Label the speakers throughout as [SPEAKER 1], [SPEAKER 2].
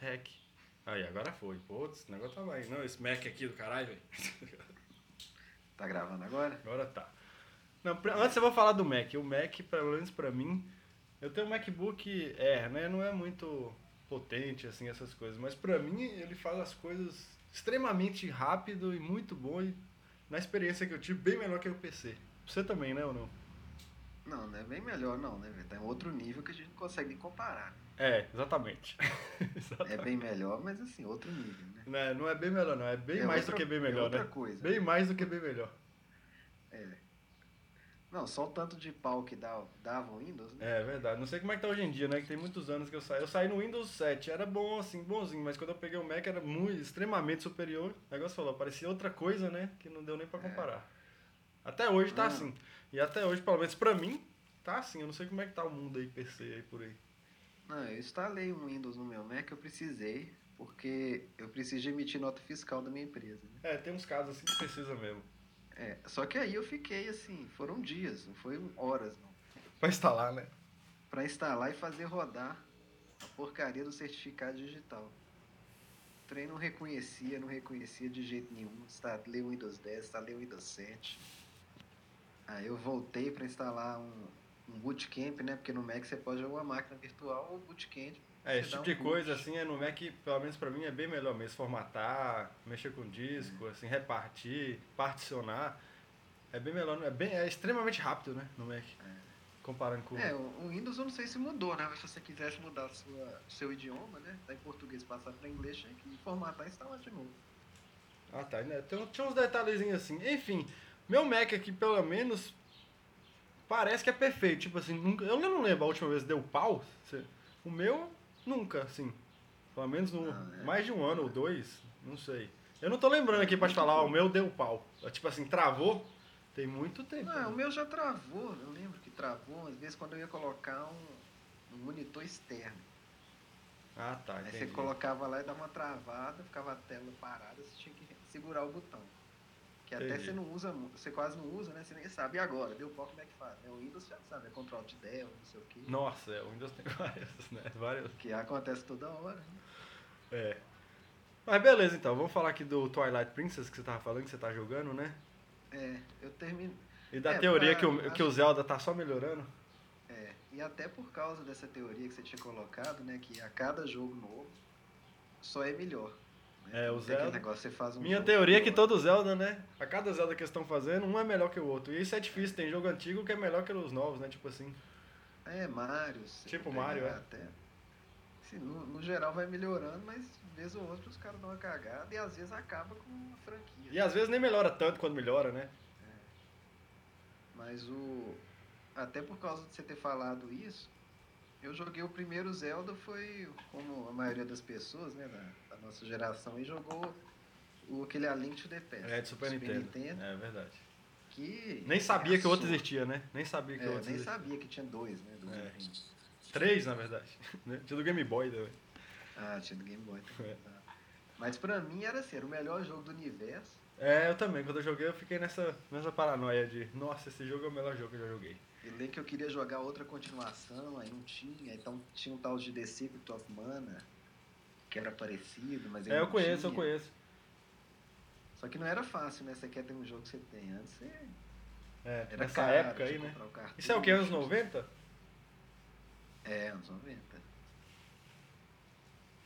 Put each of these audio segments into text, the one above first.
[SPEAKER 1] Hack. Aí, agora foi. Putz, esse negócio tá mais. Não, esse Mac aqui do caralho, velho.
[SPEAKER 2] Tá gravando agora?
[SPEAKER 1] Agora tá. Não, pra- antes eu vou falar do Mac. O Mac, pelo menos pra mim, eu tenho um MacBook Air, né? Não é muito potente, assim, essas coisas. Mas pra mim, ele faz as coisas extremamente rápido e muito bom. E na experiência que eu tive, bem melhor que o PC. Você também, né, ou não?
[SPEAKER 2] Não, não é bem melhor não, né, velho? Tá em outro nível que a gente não consegue nem comparar.
[SPEAKER 1] É, exatamente.
[SPEAKER 2] É bem melhor, mas assim, outro nível, né?
[SPEAKER 1] Não é, não é bem melhor, não. É bem
[SPEAKER 2] É
[SPEAKER 1] mais do
[SPEAKER 2] outra-
[SPEAKER 1] que bem
[SPEAKER 2] é
[SPEAKER 1] melhor,
[SPEAKER 2] outra
[SPEAKER 1] né?
[SPEAKER 2] coisa.
[SPEAKER 1] Bem mais do que bem melhor.
[SPEAKER 2] Não, só o tanto de pau que dá, dava o Windows, né?
[SPEAKER 1] É verdade. Não sei como é que tá hoje em dia, né? Que tem muitos anos que eu saí. Eu saí no Windows 7, era bom assim, bonzinho, mas quando eu peguei o Mac era muito, extremamente superior. O negócio falou, parecia outra coisa, né? Que não deu nem pra comparar. Até hoje tá
[SPEAKER 2] Ah.
[SPEAKER 1] assim. E até hoje, pelo menos pra mim, tá assim. Eu não sei como é que tá o mundo aí, PC aí por aí.
[SPEAKER 2] Não, eu instalei um Windows no meu Mac, eu precisei, porque eu preciso de emitir nota fiscal da minha empresa, né?
[SPEAKER 1] É, tem uns casos assim que precisa mesmo.
[SPEAKER 2] É, só que aí eu fiquei assim, foram dias, não foi horas, não.
[SPEAKER 1] Pra instalar, né?
[SPEAKER 2] Pra instalar e fazer rodar a porcaria do certificado digital. O trem não reconhecia, não reconhecia de jeito nenhum. Instalei o Windows 10, instalei o Windows 7. Aí eu voltei pra instalar um, um bootcamp, né? Porque no Mac você pode jogar uma máquina virtual ou bootcamp.
[SPEAKER 1] É, esse
[SPEAKER 2] Você dá
[SPEAKER 1] tipo
[SPEAKER 2] um
[SPEAKER 1] de
[SPEAKER 2] boot.
[SPEAKER 1] coisa, assim, é no Mac, pelo menos pra mim, é bem melhor mesmo. Formatar, mexer com
[SPEAKER 2] Uhum.
[SPEAKER 1] disco, assim, repartir, particionar. É bem melhor, é, bem, é extremamente rápido, né, no Mac. Comparando com...
[SPEAKER 2] É, o o Windows eu não sei se mudou, né? Mas se você quisesse mudar sua, seu idioma, né? Tá em português passar pra inglês, tinha que formatar e instalar de novo.
[SPEAKER 1] Ah, tá. Né? Então, tinha uns detalhezinhos assim. Enfim, meu Mac aqui, pelo menos, parece que é perfeito. Tipo assim, nunca, eu não lembro a última vez que deu pau. Cê- O meu, nunca, assim. Pelo menos no,
[SPEAKER 2] Ah, é.
[SPEAKER 1] mais de um ano ou dois, não sei. Eu não tô lembrando aqui pra te falar, ó, o meu deu pau. Tipo assim, travou. Tem muito tempo.
[SPEAKER 2] Não, é um- o
[SPEAKER 1] né?
[SPEAKER 2] meu já travou, eu lembro que travou, às vezes quando eu ia colocar um, um monitor externo.
[SPEAKER 1] Ah, tá.
[SPEAKER 2] Aí
[SPEAKER 1] Entendi.
[SPEAKER 2] você colocava lá e dava uma travada, ficava a tela parada, você tinha que segurar o botão. Que até
[SPEAKER 1] Entendi.
[SPEAKER 2] você não usa, mu- você quase não usa, né? Você nem sabe. E agora? Deu pau, como é que faz? né? O Windows já sabe, é Ctrl de Del, não sei o quê.
[SPEAKER 1] Nossa, é, o Windows tem várias, né? Várias.
[SPEAKER 2] Que acontece toda hora. né?
[SPEAKER 1] É. Mas beleza, então. Vamos falar aqui do Twilight Princess que você tava falando, que você tá jogando, né?
[SPEAKER 2] É, eu termino.
[SPEAKER 1] E da
[SPEAKER 2] É,
[SPEAKER 1] teoria
[SPEAKER 2] pra-
[SPEAKER 1] que, o, que o Zelda tá só melhorando?
[SPEAKER 2] É, e até por causa dessa teoria que você tinha colocado, né? Que a cada jogo novo só é melhor. né?
[SPEAKER 1] É, o
[SPEAKER 2] Não tem aquele
[SPEAKER 1] Zelda-
[SPEAKER 2] negócio, você faz um
[SPEAKER 1] Minha
[SPEAKER 2] jogo
[SPEAKER 1] teoria é que
[SPEAKER 2] pior.
[SPEAKER 1] todo Zelda, né? A cada Zelda que eles estão fazendo, um é melhor que o outro. E isso é difícil, tem jogo antigo que é melhor que os novos, né? Tipo assim.
[SPEAKER 2] É, Mario. se
[SPEAKER 1] Tipo
[SPEAKER 2] pegar
[SPEAKER 1] Mario, é.
[SPEAKER 2] Até. Assim, no, no geral vai melhorando, mas vez ou outra os caras dão uma cagada e às vezes acaba com a franquia.
[SPEAKER 1] E às vezes nem melhora tanto quando melhora, né?
[SPEAKER 2] Mas o. Até por causa de você ter falado isso, eu joguei o primeiro Zelda, foi como a maioria das pessoas, né, da, da nossa geração, e jogou o, aquele A Link to the Past.
[SPEAKER 1] É, de Super, Nintendo. É verdade.
[SPEAKER 2] que
[SPEAKER 1] Nem sabia que o outro
[SPEAKER 2] absurdo.
[SPEAKER 1] existia, né? Nem sabia que o
[SPEAKER 2] É,
[SPEAKER 1] outro
[SPEAKER 2] nem
[SPEAKER 1] existia.
[SPEAKER 2] sabia que tinha dois, né? Do
[SPEAKER 1] É.
[SPEAKER 2] Nintendo.
[SPEAKER 1] Três, na verdade. né? Tinha do Game Boy também.
[SPEAKER 2] Ah, tinha do Game Boy.
[SPEAKER 1] É.
[SPEAKER 2] Tá. Mas pra mim era assim, era o melhor jogo do universo.
[SPEAKER 1] É, eu também. Quando eu joguei, eu fiquei nessa, nessa paranoia de, nossa, esse jogo é o melhor jogo que eu já joguei.
[SPEAKER 2] Eu lembro que eu queria jogar outra continuação, aí não tinha, então tinha um tal de The Secret of Mana, que era parecido, mas ele
[SPEAKER 1] É, eu
[SPEAKER 2] não
[SPEAKER 1] conheço, eu
[SPEAKER 2] tinha.
[SPEAKER 1] conheço.
[SPEAKER 2] Só que não era fácil, né? Você quer ter um jogo que você tem. Antes você
[SPEAKER 1] É,
[SPEAKER 2] era
[SPEAKER 1] nessa
[SPEAKER 2] caro, tipo,
[SPEAKER 1] época aí,
[SPEAKER 2] tinha que
[SPEAKER 1] né?
[SPEAKER 2] comprar o cartucho.
[SPEAKER 1] Isso é o que? Anos 90?
[SPEAKER 2] É, anos 90.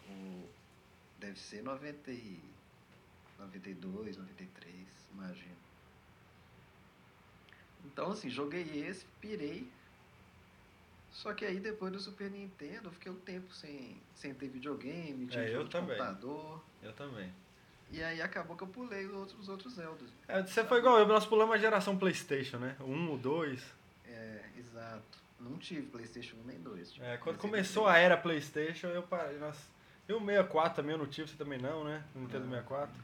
[SPEAKER 2] O- Deve ser 90 e... 92, 93, imagino. Então, assim, joguei esse, pirei. Só que aí, depois do Super Nintendo, eu fiquei um tempo sem, sem ter videogame, tinha
[SPEAKER 1] É, eu
[SPEAKER 2] jogo de
[SPEAKER 1] também.
[SPEAKER 2] computador.
[SPEAKER 1] Eu também.
[SPEAKER 2] E aí, acabou que eu pulei os outros, os outros Zeldas.
[SPEAKER 1] É, você foi igual eu, nós pulamos a geração Playstation, né? O 1, o 2.
[SPEAKER 2] É, exato. Não tive Playstation 1 nem tipo, 2.
[SPEAKER 1] É, quando começou a era Playstation, eu parei. Nossa, e o 64 também eu não tive, você também não, né? O Nintendo
[SPEAKER 2] Não.
[SPEAKER 1] 64.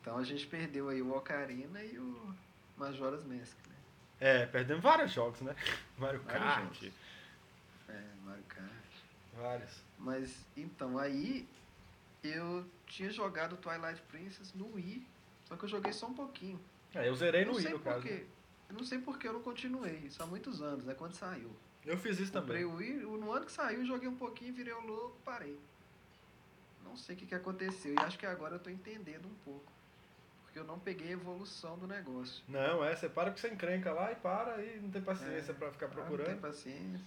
[SPEAKER 2] Então a gente perdeu aí o Ocarina e o Majora's Mask, né?
[SPEAKER 1] É, perdemos vários jogos, né? Mario
[SPEAKER 2] Vários
[SPEAKER 1] Kart.
[SPEAKER 2] jogos. É, Mario Kart.
[SPEAKER 1] Vários.
[SPEAKER 2] Mas então aí eu tinha jogado Twilight Princess no Wii, só que eu joguei só um pouquinho.
[SPEAKER 1] É, eu zerei
[SPEAKER 2] eu
[SPEAKER 1] no
[SPEAKER 2] não
[SPEAKER 1] Wii,
[SPEAKER 2] sei
[SPEAKER 1] no
[SPEAKER 2] por
[SPEAKER 1] caso. né?
[SPEAKER 2] quê. Eu não sei por que eu não continuei, isso há muitos anos, né? Quando saiu.
[SPEAKER 1] Eu fiz isso
[SPEAKER 2] Comprei
[SPEAKER 1] também.
[SPEAKER 2] o Wii, no ano que saiu, joguei um pouquinho, virei o louco, parei. um Não sei o que, que aconteceu. E acho que agora eu tô entendendo um pouco. Porque eu não peguei a evolução do negócio.
[SPEAKER 1] Não, é, você para que você encrenca lá e para e não tem paciência
[SPEAKER 2] É,
[SPEAKER 1] pra ficar
[SPEAKER 2] Ah, não tem
[SPEAKER 1] Tá procurando.
[SPEAKER 2] paciência.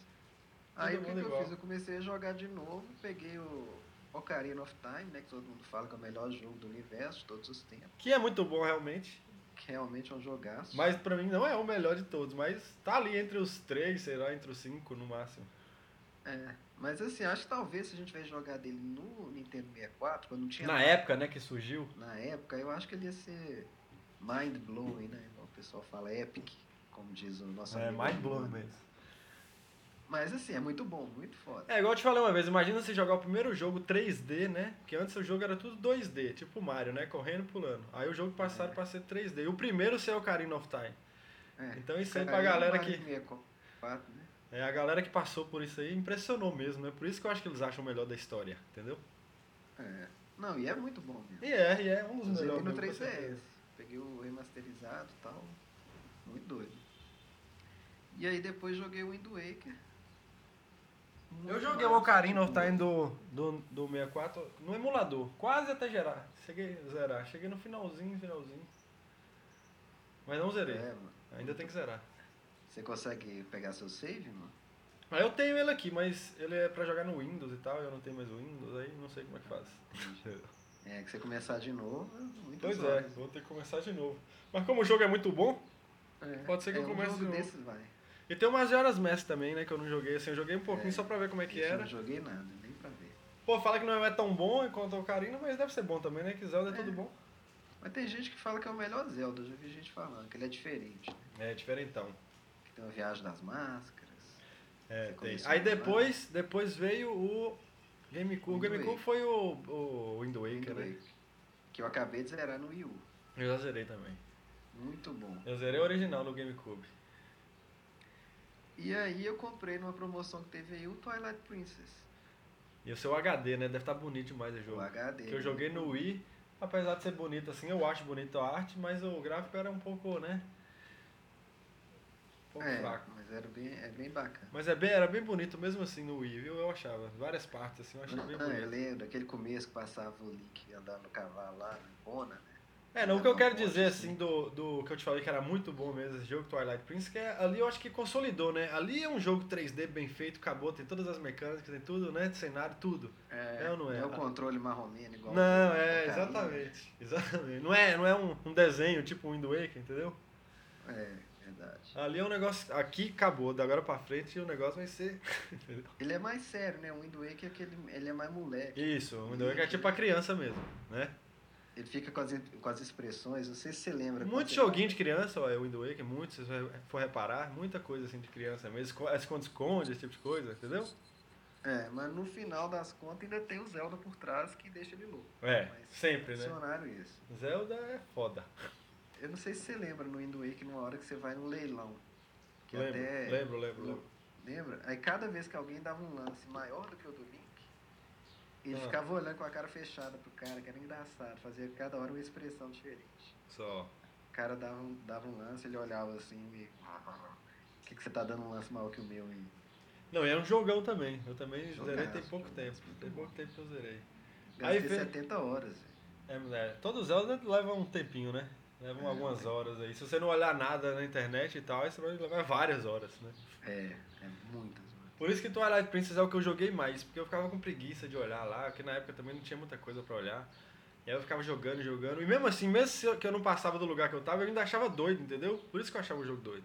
[SPEAKER 2] Aí o que,
[SPEAKER 1] mundo
[SPEAKER 2] que eu
[SPEAKER 1] igual.
[SPEAKER 2] fiz? Eu comecei a jogar de novo, peguei o Ocarina of Time, né? Que todo mundo fala que é o melhor jogo do universo, de todos os tempos.
[SPEAKER 1] Que é muito bom realmente.
[SPEAKER 2] Que realmente é um jogaço.
[SPEAKER 1] Mas pra mim não é o melhor de todos, mas tá ali entre os três, sei lá, entre os cinco no máximo.
[SPEAKER 2] É, mas assim, acho que talvez se a gente vai jogar dele no Nintendo 64, quando não tinha
[SPEAKER 1] Na
[SPEAKER 2] nada
[SPEAKER 1] época, né, que surgiu.
[SPEAKER 2] na época, eu acho que ele ia ser mind blowing, né? Igual o pessoal fala, epic, como diz o nosso
[SPEAKER 1] É,
[SPEAKER 2] amigo.
[SPEAKER 1] mais blown mesmo.
[SPEAKER 2] Mas assim, é muito bom, muito foda.
[SPEAKER 1] É, igual eu te falei uma vez, imagina você jogar o primeiro jogo 3D, né? Porque antes o jogo era tudo 2D, tipo Mario, né? Correndo e pulando. Aí o jogo passaram pra ser 3D. E o primeiro ser o Ocarina of Time.
[SPEAKER 2] É.
[SPEAKER 1] Então isso aí
[SPEAKER 2] Cara,
[SPEAKER 1] pra
[SPEAKER 2] eu
[SPEAKER 1] galera
[SPEAKER 2] não
[SPEAKER 1] que.
[SPEAKER 2] guardo 64, né?
[SPEAKER 1] É, a galera que passou por isso aí impressionou mesmo, né? Por isso que eu acho que eles acham o melhor da história, entendeu?
[SPEAKER 2] É. Não, e é muito bom mesmo.
[SPEAKER 1] E é, e é um dos
[SPEAKER 2] Inclusive
[SPEAKER 1] melhores.
[SPEAKER 2] no
[SPEAKER 1] mesmo, com certeza.
[SPEAKER 2] 3DS. Peguei o remasterizado e tal. Muito doido. E aí depois joguei o Wind Waker.
[SPEAKER 1] Eu
[SPEAKER 2] Muito
[SPEAKER 1] joguei o
[SPEAKER 2] massa,
[SPEAKER 1] Ocarina of
[SPEAKER 2] é um muito
[SPEAKER 1] Time do, do, do 64 no emulador, quase até gerar. Cheguei a zerar, cheguei no finalzinho, finalzinho. Mas não
[SPEAKER 2] bom.
[SPEAKER 1] zerei,
[SPEAKER 2] É, mano.
[SPEAKER 1] ainda tem que zerar.
[SPEAKER 2] Você consegue pegar seu save, mano?
[SPEAKER 1] Mas eu tenho ele aqui, mas ele é pra jogar no Windows e tal, eu não tenho mais o Windows, aí não sei como é que faz.
[SPEAKER 2] É, que você começar de novo, é muito
[SPEAKER 1] Pois é, vou ter que começar de novo. Mas como o jogo é muito bom, Pode ser que
[SPEAKER 2] é,
[SPEAKER 1] eu comece
[SPEAKER 2] um
[SPEAKER 1] de
[SPEAKER 2] jogo
[SPEAKER 1] novo.
[SPEAKER 2] desses, vai.
[SPEAKER 1] e tem umas horas mestres também, né, que eu não joguei, assim, eu joguei um pouquinho
[SPEAKER 2] É,
[SPEAKER 1] só pra ver como é que
[SPEAKER 2] Esse eu
[SPEAKER 1] era.
[SPEAKER 2] Não joguei nada, nem pra ver.
[SPEAKER 1] Pô, fala que não é tão bom quanto o Ocarina, mas deve ser bom também, né, que Zelda é tudo bom.
[SPEAKER 2] Mas tem gente que fala que é o melhor Zelda, eu já vi gente falando, que ele é diferente. né?
[SPEAKER 1] É, diferentão.
[SPEAKER 2] Que tem uma viagem das máscaras.
[SPEAKER 1] É,
[SPEAKER 2] Você
[SPEAKER 1] tem.
[SPEAKER 2] começou
[SPEAKER 1] Aí
[SPEAKER 2] a jogar?
[SPEAKER 1] depois, depois veio o GameCube. O
[SPEAKER 2] Wind
[SPEAKER 1] GameCube
[SPEAKER 2] Waker.
[SPEAKER 1] foi o, o Wind Waker,
[SPEAKER 2] Wind
[SPEAKER 1] né?
[SPEAKER 2] Waker, Que eu acabei de zerar no Wii U.
[SPEAKER 1] Eu já zerei também.
[SPEAKER 2] Muito bom.
[SPEAKER 1] Eu zerei o original no GameCube.
[SPEAKER 2] E aí eu comprei numa promoção que teve aí o Twilight Princess.
[SPEAKER 1] E o seu HD, né? Deve estar bonito demais o
[SPEAKER 2] O
[SPEAKER 1] jogo.
[SPEAKER 2] HD.
[SPEAKER 1] Que eu joguei no Wii, apesar de ser bonito assim, eu acho bonito a arte, mas o gráfico era um pouco, né? Um pouco
[SPEAKER 2] É,
[SPEAKER 1] fraco.
[SPEAKER 2] mas era bem, é bem bacana.
[SPEAKER 1] Mas é bem, era bem bonito mesmo assim no Wii, viu? Eu achava. Várias partes assim, eu achei bem
[SPEAKER 2] Ah, eu
[SPEAKER 1] bonito.
[SPEAKER 2] lembro, aquele começo que passava o Link andando no cavalo lá, na Bona, né?
[SPEAKER 1] É, não, o que eu
[SPEAKER 2] Não,
[SPEAKER 1] quero
[SPEAKER 2] pode
[SPEAKER 1] dizer,
[SPEAKER 2] ser.
[SPEAKER 1] assim, do, do que eu te falei que era muito bom mesmo esse jogo, Twilight Prince, que é, ali eu acho que consolidou, né? Ali é um jogo 3D bem feito, acabou, tem todas as mecânicas, tem tudo, né? Cenário, tudo. É, ou não é?
[SPEAKER 2] É o controle marromeno igual.
[SPEAKER 1] não,
[SPEAKER 2] ao-
[SPEAKER 1] é,
[SPEAKER 2] ao Ocarina.
[SPEAKER 1] exatamente. Exatamente. Não é, não é um, um desenho tipo um Wind Waker, entendeu?
[SPEAKER 2] É, verdade.
[SPEAKER 1] Ali é um negócio, aqui acabou, da agora pra frente o negócio vai ser... entendeu?
[SPEAKER 2] Ele é mais sério, né? O Wind Waker, é aquele, ele é mais moleque.
[SPEAKER 1] Isso, o Wind Waker é tipo pra criança mesmo, né?
[SPEAKER 2] Ele fica com as, com as expressões, não sei se você lembra. quando
[SPEAKER 1] Muito
[SPEAKER 2] você-
[SPEAKER 1] joguinho de criança, ó, é o Wind Waker, muito, se você for reparar, muita coisa assim de criança mesmo, esco- esconde-esconde, esse tipo de coisa, entendeu?
[SPEAKER 2] É, mas no final das contas ainda tem o Zelda por trás que deixa ele louco.
[SPEAKER 1] É,
[SPEAKER 2] Mas
[SPEAKER 1] sempre, né?
[SPEAKER 2] Adicionaram isso.
[SPEAKER 1] Zelda é foda.
[SPEAKER 2] Eu não sei se você lembra no Wind Waker, numa hora que você vai no leilão. Que
[SPEAKER 1] Lembro,
[SPEAKER 2] até.
[SPEAKER 1] lembro, lembro, lembro.
[SPEAKER 2] Lembra? Aí cada vez que alguém dava um lance maior do que o do Link, ele
[SPEAKER 1] Ah.
[SPEAKER 2] ficava olhando com a cara fechada pro cara, que era engraçado, fazia cada hora uma expressão diferente.
[SPEAKER 1] Só.
[SPEAKER 2] O cara dava, um- dava um lance, ele olhava assim e. Por que, que você tá dando um lance maior que o meu aí?
[SPEAKER 1] Não, e é um jogão também. Eu também
[SPEAKER 2] Jogaço,
[SPEAKER 1] zerei tem pouco
[SPEAKER 2] jogaço,
[SPEAKER 1] tempo.
[SPEAKER 2] muito
[SPEAKER 1] Tem
[SPEAKER 2] bom.
[SPEAKER 1] pouco tempo que eu zerei. Aí
[SPEAKER 2] Gastei
[SPEAKER 1] vem-
[SPEAKER 2] 70 horas, velho.
[SPEAKER 1] É, mulher. Todo Zelda leva um tempinho, né? Levam
[SPEAKER 2] É,
[SPEAKER 1] algumas horas aí. Se você não olhar nada na internet e tal, aí você vai levar várias horas, né?
[SPEAKER 2] É, é muitas horas.
[SPEAKER 1] Por isso que Twilight Princess é o que eu joguei mais, porque eu ficava com preguiça de olhar lá, porque na época também não tinha muita coisa pra olhar. E aí eu ficava jogando, jogando. E mesmo assim, mesmo se eu- que eu não passava do lugar que eu tava, eu ainda achava doido, entendeu? Por isso que eu achava o jogo doido.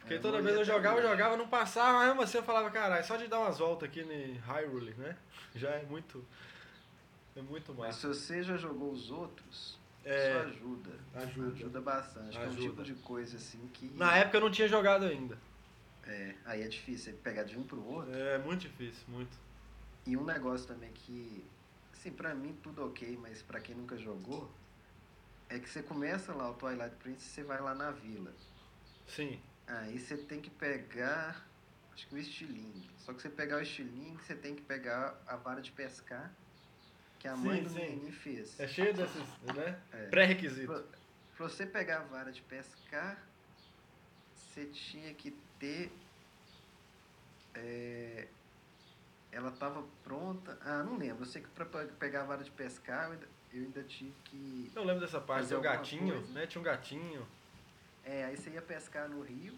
[SPEAKER 1] Porque
[SPEAKER 2] É,
[SPEAKER 1] toda
[SPEAKER 2] hoje
[SPEAKER 1] vez eu
[SPEAKER 2] até
[SPEAKER 1] jogava,
[SPEAKER 2] hoje.
[SPEAKER 1] jogava, não passava, mas mesmo assim eu falava, caralho, só de dar umas voltas aqui em Hyrule, né? Já é muito. É muito
[SPEAKER 2] Mas
[SPEAKER 1] mais.
[SPEAKER 2] se você já jogou os outros,
[SPEAKER 1] É,
[SPEAKER 2] isso ajuda.
[SPEAKER 1] ajuda.
[SPEAKER 2] Ajuda bastante. É um
[SPEAKER 1] Ajuda.
[SPEAKER 2] tipo de coisa assim que.
[SPEAKER 1] Na época eu não tinha jogado ainda.
[SPEAKER 2] É, aí é difícil você pegar de um pro outro.
[SPEAKER 1] É muito difícil, muito.
[SPEAKER 2] E um negócio também que, assim, pra mim tudo ok, mas pra quem nunca jogou, é que você começa lá o Twilight Princess e você vai lá na vila.
[SPEAKER 1] Sim.
[SPEAKER 2] Aí você tem que pegar, acho que o estilingue. Só que você pegar o estilingue, você tem que pegar a vara de pescar que a
[SPEAKER 1] Sim,
[SPEAKER 2] mãe do
[SPEAKER 1] sim.
[SPEAKER 2] menininho fez.
[SPEAKER 1] É cheio desses, né?
[SPEAKER 2] É.
[SPEAKER 1] Pré-requisitos.
[SPEAKER 2] Pra você pegar a vara de pescar, você tinha que ter. é, ela tava pronta. Ah, não lembro. Eu sei que pra pe- pegar a vara de pescar eu ainda, eu ainda tive que.
[SPEAKER 1] Eu lembro dessa parte,
[SPEAKER 2] Fazer
[SPEAKER 1] tem um
[SPEAKER 2] é alguma
[SPEAKER 1] gatinho,
[SPEAKER 2] coisa?
[SPEAKER 1] né? Tinha um gatinho.
[SPEAKER 2] É, aí você ia pescar no rio.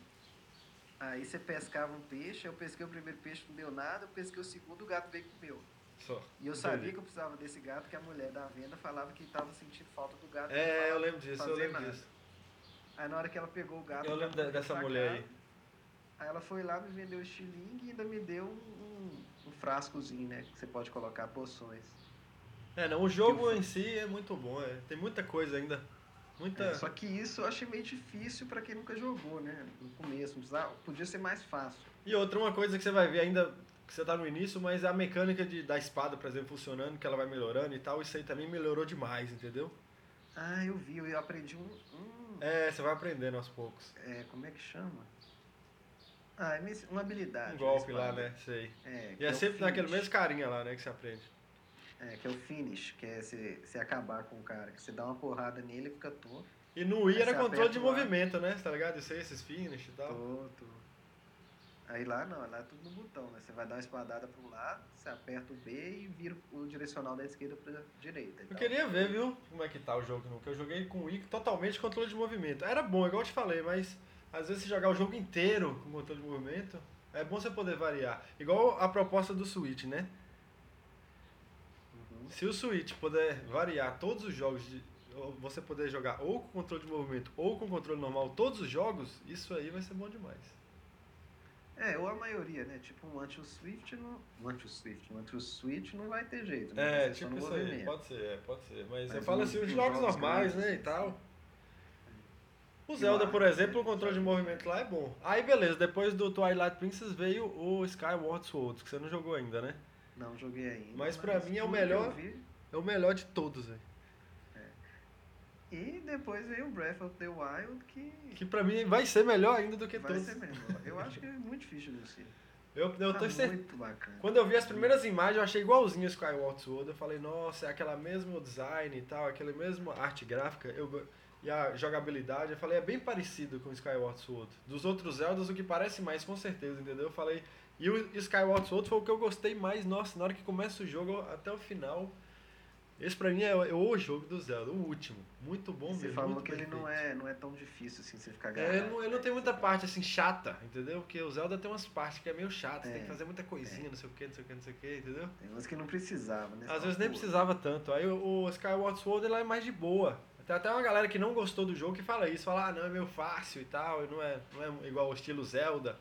[SPEAKER 2] Aí você pescava um peixe, eu pesquei o primeiro peixe, não deu nada, eu pesquei o segundo, o gato veio e comeu.
[SPEAKER 1] Só.
[SPEAKER 2] E eu sabia
[SPEAKER 1] Entendi.
[SPEAKER 2] que eu precisava desse gato, que a mulher da venda falava que tava sentindo falta do gato. não
[SPEAKER 1] É,
[SPEAKER 2] falava
[SPEAKER 1] eu lembro disso, eu
[SPEAKER 2] fazer
[SPEAKER 1] lembro
[SPEAKER 2] nada.
[SPEAKER 1] disso.
[SPEAKER 2] Aí na hora que ela pegou o gato.
[SPEAKER 1] Eu
[SPEAKER 2] o
[SPEAKER 1] lembro
[SPEAKER 2] gato
[SPEAKER 1] de- dessa
[SPEAKER 2] foi pra
[SPEAKER 1] mulher
[SPEAKER 2] casa.
[SPEAKER 1] aí.
[SPEAKER 2] Aí ela foi lá, me vendeu o estilingue e ainda me deu um, um frascozinho, né? Que você pode colocar poções.
[SPEAKER 1] É, não, o jogo
[SPEAKER 2] Eu-
[SPEAKER 1] em si é muito bom, é. tem muita coisa ainda. Muita.
[SPEAKER 2] É, só que isso eu achei meio difícil pra quem nunca jogou, né? No começo, não precisava- podia ser mais fácil.
[SPEAKER 1] E outra, uma coisa que você vai ver ainda, que você tá no início, mas a mecânica de, da espada, por exemplo, funcionando, que ela vai melhorando e tal, isso aí também melhorou demais, entendeu?
[SPEAKER 2] Ah, eu vi, eu aprendi um. um-
[SPEAKER 1] É, você vai aprendendo aos poucos. Um
[SPEAKER 2] é, como é que chama? Ah, é mis- uma
[SPEAKER 1] Um
[SPEAKER 2] habilidade. né,
[SPEAKER 1] golpe lá,
[SPEAKER 2] espada.
[SPEAKER 1] né? Sei.
[SPEAKER 2] É, que
[SPEAKER 1] E é
[SPEAKER 2] o
[SPEAKER 1] sempre naquele
[SPEAKER 2] finish.
[SPEAKER 1] mesmo carinha lá, né, que você aprende.
[SPEAKER 2] É, que é o finish, que é você você acabar com o cara. Que você dá uma porrada nele e fica torto.
[SPEAKER 1] E no Wii
[SPEAKER 2] Aí
[SPEAKER 1] era
[SPEAKER 2] você
[SPEAKER 1] controle de
[SPEAKER 2] aperta lá.
[SPEAKER 1] movimento, né? Tá ligado? Isso aí, esses finish e tal.
[SPEAKER 2] Tô, tô. Aí lá não, lá é tudo no botão, né? Você vai dar uma espadada para um lado, você aperta o B e vira o direcional da esquerda pra direita. e
[SPEAKER 1] Eu
[SPEAKER 2] tal.
[SPEAKER 1] queria ver, viu, como é que tá o jogo, porque eu joguei com o Wii totalmente controle de movimento. Era bom, igual eu te falei, mas às vezes você jogar o jogo inteiro com controle de movimento, é bom você poder variar. Igual a proposta do Switch, né?
[SPEAKER 2] Uhum.
[SPEAKER 1] Se o Switch puder variar todos os jogos, de, ou você poder jogar ou com controle de movimento ou com controle normal todos os jogos, isso aí vai ser bom demais.
[SPEAKER 2] É, ou a maioria, né? Tipo, um anti-swift não. Um anti-swift, um anti-switch não vai ter jeito, né?
[SPEAKER 1] É,
[SPEAKER 2] Vai ser só
[SPEAKER 1] tipo
[SPEAKER 2] no
[SPEAKER 1] isso aí,
[SPEAKER 2] movimento.
[SPEAKER 1] pode ser, é, pode ser. Mas,
[SPEAKER 2] Mas
[SPEAKER 1] eu falo
[SPEAKER 2] nos-
[SPEAKER 1] assim, os
[SPEAKER 2] nos
[SPEAKER 1] jogos
[SPEAKER 2] jogos
[SPEAKER 1] normais,
[SPEAKER 2] grandes,
[SPEAKER 1] né, e
[SPEAKER 2] assim.
[SPEAKER 1] tal. O
[SPEAKER 2] E
[SPEAKER 1] Zelda,
[SPEAKER 2] lá,
[SPEAKER 1] por exemplo,
[SPEAKER 2] né,
[SPEAKER 1] o controle de
[SPEAKER 2] sabe?
[SPEAKER 1] movimento lá é bom. Aí beleza, depois do Twilight Princess veio o Skyward Sword, que você não jogou ainda, né?
[SPEAKER 2] Não joguei ainda.
[SPEAKER 1] Mas pra mim é o
[SPEAKER 2] tudo que
[SPEAKER 1] melhor.
[SPEAKER 2] eu vi.
[SPEAKER 1] É o melhor de todos, velho.
[SPEAKER 2] E depois veio o Breath of the Wild, que,
[SPEAKER 1] Que pra mim vai ser melhor ainda do que é
[SPEAKER 2] vai
[SPEAKER 1] todos.
[SPEAKER 2] ser mesmo. Eu acho que é muito difícil de você.
[SPEAKER 1] Eu, eu
[SPEAKER 2] tá
[SPEAKER 1] tenho certeza.
[SPEAKER 2] muito bacana.
[SPEAKER 1] Quando eu vi as primeiras imagens, eu achei igualzinho o Skyward Sword. Eu falei, nossa, é aquela mesmo design e tal, aquele mesmo arte gráfica eu, e a jogabilidade. Eu falei, é bem parecido com o Skyward Sword. Dos outros Zeldas, o que parece mais, com certeza, entendeu? Eu falei, e o Skyward Sword foi o que eu gostei mais. Nossa, na hora que começa o jogo até o final, esse pra mim é o- é o jogo do Zelda, o último. Muito é bom
[SPEAKER 2] Você
[SPEAKER 1] mesmo.
[SPEAKER 2] falou
[SPEAKER 1] muito
[SPEAKER 2] que ele
[SPEAKER 1] perfeito.
[SPEAKER 2] não é, não é tão difícil assim você ficar
[SPEAKER 1] É, ele não, ele não
[SPEAKER 2] né?
[SPEAKER 1] tem muita parte assim chata, entendeu? Porque o Zelda tem umas partes que é meio chato, você
[SPEAKER 2] É,
[SPEAKER 1] tem que fazer muita coisinha, não sei o que, não sei o que, não sei o que, entendeu?
[SPEAKER 2] Tem umas que não precisava, né?
[SPEAKER 1] Às
[SPEAKER 2] Só
[SPEAKER 1] vezes nem
[SPEAKER 2] pula.
[SPEAKER 1] precisava tanto. Aí o o Skyward Sword ele é mais de boa. Tem até uma galera que não gostou do jogo que fala isso, fala, ah, não, é meio fácil e tal, e não é, não é igual ao estilo Zelda.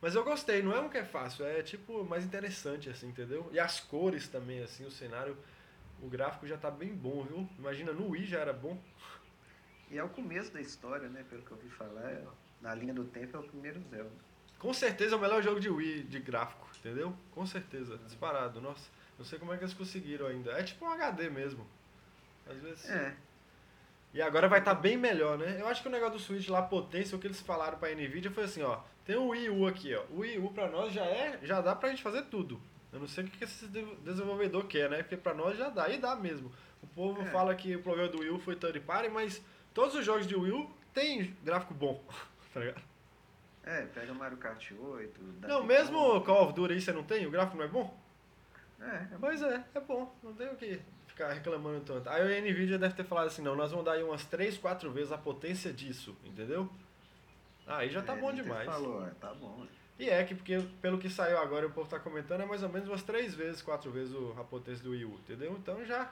[SPEAKER 1] Mas eu gostei, não é um que é fácil, é tipo mais interessante, assim, entendeu? E as cores também, assim, o cenário, o gráfico já tá bem bom, viu? Imagina, no Wii já era bom.
[SPEAKER 2] E é o começo da história, né? Pelo que eu ouvi falar, é- na linha do tempo é o primeiro Zelda.
[SPEAKER 1] Com certeza é o melhor jogo de Wii de gráfico, entendeu? Com certeza, disparado, nossa. Não sei como é que eles conseguiram ainda. É tipo um HD mesmo. Às vezes.
[SPEAKER 2] É,
[SPEAKER 1] E agora vai estar bem melhor, né? Eu acho que o negócio do Switch lá, a potência, o que eles falaram pra Nvidia foi assim, ó. Tem o Wii U aqui, ó. O Wii U pra nós já é, já dá pra gente fazer tudo. Eu não sei o que que esse de- desenvolvedor quer, né? Porque pra nós já dá, e dá mesmo. O povo
[SPEAKER 2] É.
[SPEAKER 1] fala que o problema do Wii U foi third party, mas todos os jogos de Wii U tem gráfico bom, tá ligado?
[SPEAKER 2] é, pega Mario Kart 8. Daffy
[SPEAKER 1] Não, mesmo o
[SPEAKER 2] Kong.
[SPEAKER 1] Call of Duty aí você não tem, o gráfico não é bom?
[SPEAKER 2] É, é bom.
[SPEAKER 1] Pois é, é bom, não tem o que ficar reclamando tanto. Aí a Nvidia deve ter falado assim, não, nós vamos dar aí umas 3, 4 vezes a potência disso, entendeu? Aí já tá
[SPEAKER 2] É,
[SPEAKER 1] bom
[SPEAKER 2] Nintendo
[SPEAKER 1] demais.
[SPEAKER 2] Falou, é, tá bom. né?
[SPEAKER 1] E é que, porque pelo que saiu agora e o povo tá comentando, é mais ou menos umas 3 vezes, 4 vezes o- a potência do Wii U, entendeu? Então já,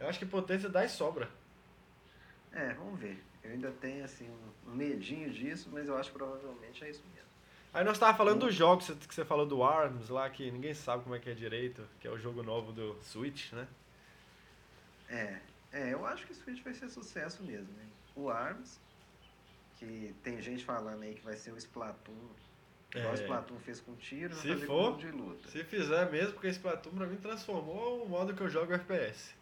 [SPEAKER 1] eu acho que potência dá e sobra.
[SPEAKER 2] É, vamos ver. Eu ainda tenho, assim, um um medinho disso, mas eu acho que provavelmente é isso mesmo.
[SPEAKER 1] Aí nós tava falando dos jogos, que você falou do ARMS lá, que ninguém sabe como é que é direito, que é o jogo novo do Switch, né?
[SPEAKER 2] É, é, eu acho que o Switch vai ser sucesso mesmo, né? O ARMS, que tem gente falando aí que vai ser o Splatoon. Igual o
[SPEAKER 1] É.
[SPEAKER 2] Splatoon fez com tiro,
[SPEAKER 1] Se
[SPEAKER 2] vai fazer
[SPEAKER 1] for,
[SPEAKER 2] com jogo de luta.
[SPEAKER 1] Se fizer mesmo, porque esse Splatoon pra mim transformou o modo que eu jogo FPS.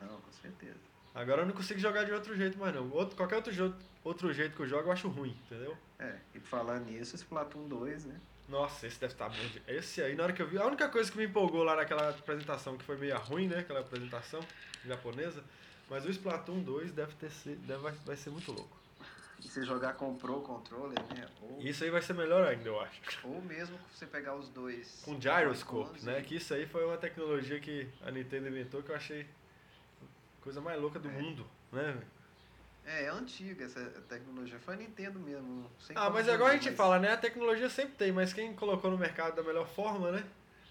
[SPEAKER 2] Não, com certeza.
[SPEAKER 1] Agora eu não consigo jogar de outro jeito mais não. Outro, qualquer outro, jo outro jeito que eu jogo eu acho ruim, entendeu?
[SPEAKER 2] É, e falando nisso, Splatoon 2, né?
[SPEAKER 1] Nossa, esse deve estar bom. de- Esse aí, na hora que eu vi, a única coisa que me empolgou lá naquela apresentação, que foi meio ruim, né? Aquela apresentação japonesa. Mas o Splatoon 2 deve ter ser, deve, vai, vai ser muito louco.
[SPEAKER 2] E você jogar com o Pro Controller, né? Ou,
[SPEAKER 1] Isso aí vai ser melhor ainda, eu acho.
[SPEAKER 2] ou mesmo você pegar os dois.
[SPEAKER 1] Com gyroscope,
[SPEAKER 2] Joy-Cons
[SPEAKER 1] né?
[SPEAKER 2] e-
[SPEAKER 1] Que isso aí foi uma tecnologia que a Nintendo inventou que eu achei a coisa mais louca do
[SPEAKER 2] É.
[SPEAKER 1] mundo, né? velho?
[SPEAKER 2] É, é antiga essa tecnologia. Foi a Nintendo mesmo. não sei
[SPEAKER 1] Ah,
[SPEAKER 2] como
[SPEAKER 1] mas
[SPEAKER 2] que
[SPEAKER 1] agora a
[SPEAKER 2] é,
[SPEAKER 1] gente
[SPEAKER 2] mas-
[SPEAKER 1] fala, né? A tecnologia sempre tem, mas quem colocou no mercado da melhor forma, né?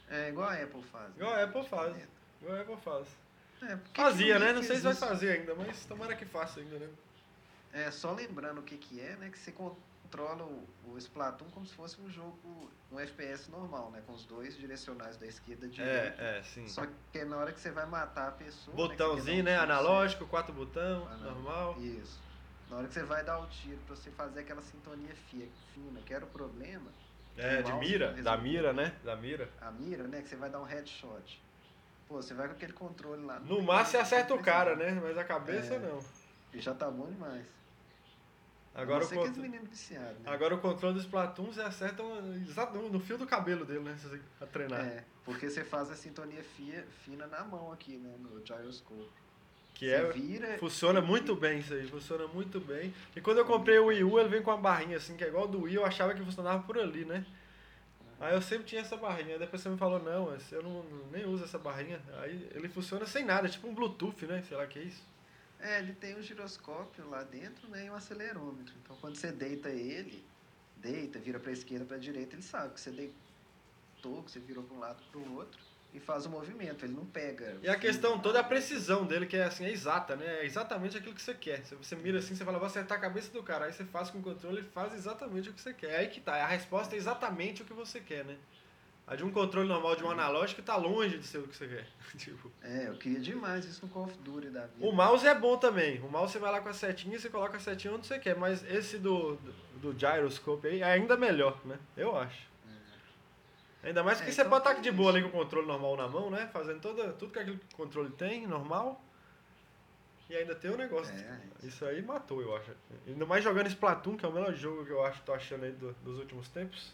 [SPEAKER 2] É igual a Apple faz.
[SPEAKER 1] Igual a Apple faz.
[SPEAKER 2] É,
[SPEAKER 1] Igual a Apple faz.
[SPEAKER 2] por que que
[SPEAKER 1] Fazia,
[SPEAKER 2] ninguém
[SPEAKER 1] né? Não
[SPEAKER 2] fez
[SPEAKER 1] sei se vai
[SPEAKER 2] isso?
[SPEAKER 1] fazer ainda, mas tomara que faça ainda, né?
[SPEAKER 2] É, só lembrando o que que é, né? Que você controla o, o Splatoon como se fosse um jogo, um FPS normal, né? Com os dois direcionais da esquerda e direita.
[SPEAKER 1] É, é, sim.
[SPEAKER 2] Só que na hora que você vai matar a pessoa... né, que você quer dar um
[SPEAKER 1] Botãozinho, né?
[SPEAKER 2] tiro,
[SPEAKER 1] Analógico, quatro botão,
[SPEAKER 2] Ah, não.
[SPEAKER 1] normal.
[SPEAKER 2] você- Isso. Na hora que você vai dar o tiro pra você fazer aquela sintonia fi- fina, que era o problema,
[SPEAKER 1] É, de
[SPEAKER 2] mouse,
[SPEAKER 1] mira,
[SPEAKER 2] né?
[SPEAKER 1] da mira, né? Da mira.
[SPEAKER 2] a mira, né? Que você vai dar um headshot. Pô, você vai com aquele controle lá...
[SPEAKER 1] No máximo você acerta o cara,
[SPEAKER 2] né?
[SPEAKER 1] né? Mas a cabeça
[SPEAKER 2] Ah, É.
[SPEAKER 1] não.
[SPEAKER 2] E já tá bom demais.
[SPEAKER 1] Agora
[SPEAKER 2] Agora
[SPEAKER 1] o,
[SPEAKER 2] você que
[SPEAKER 1] cont...
[SPEAKER 2] os meninos viciados, né?
[SPEAKER 1] Agora o controle do Splatoon você acerta um- exato no fio do cabelo dele, né? Se você a treinar.
[SPEAKER 2] É, porque você faz a sintonia fia- fina na mão aqui, né? No gyroscope.
[SPEAKER 1] que
[SPEAKER 2] você
[SPEAKER 1] é.
[SPEAKER 2] vira.
[SPEAKER 1] Funciona muito bem isso aí, funciona muito bem. E quando eu comprei o Wii U, ele vem com uma barrinha assim, que é igual do Wii, eu achava que funcionava por ali, né? Aí eu sempre tinha essa barrinha, aí depois você me falou, não, esse- eu não, nem uso essa barrinha. Aí ele funciona sem nada, é tipo um Bluetooth, né? Sei lá que é isso.
[SPEAKER 2] É, ele tem um giroscópio lá dentro, né? E um acelerômetro. Então quando você deita ele, deita, vira pra esquerda, pra direita, ele sabe que você deitou, que você virou pra um lado pro outro e faz o movimento. Ele não pega.
[SPEAKER 1] E a
[SPEAKER 2] fio,
[SPEAKER 1] questão
[SPEAKER 2] nada.
[SPEAKER 1] toda é a precisão dele, que é assim, é exata, né? É exatamente aquilo que você quer. Se você mira assim, você fala, vou acertar a cabeça do cara. Aí você faz com o controle, ele faz exatamente o que você quer. Aí que tá, a resposta é exatamente o que você quer, né? A de um controle normal, de um analógico, tá longe de ser o que você quer. tipo,
[SPEAKER 2] É, eu queria demais isso no Call of Duty da vida.
[SPEAKER 1] o mouse é bom também. O mouse você vai lá com a setinha e você coloca a setinha onde você quer. Mas esse do, do gyroscope aí é ainda melhor, né? Eu acho. Ainda mais porque
[SPEAKER 2] Uhum. É,
[SPEAKER 1] você
[SPEAKER 2] então
[SPEAKER 1] pode estar
[SPEAKER 2] tem
[SPEAKER 1] de boa
[SPEAKER 2] isso.
[SPEAKER 1] ali com o controle normal na mão, né? Fazendo toda, tudo que aquele controle tem, normal. E ainda tem o negócio.
[SPEAKER 2] É.
[SPEAKER 1] Isso aí matou, eu acho. Ainda mais jogando Splatoon, que é o melhor jogo que eu acho, tô achando aí do- dos últimos tempos.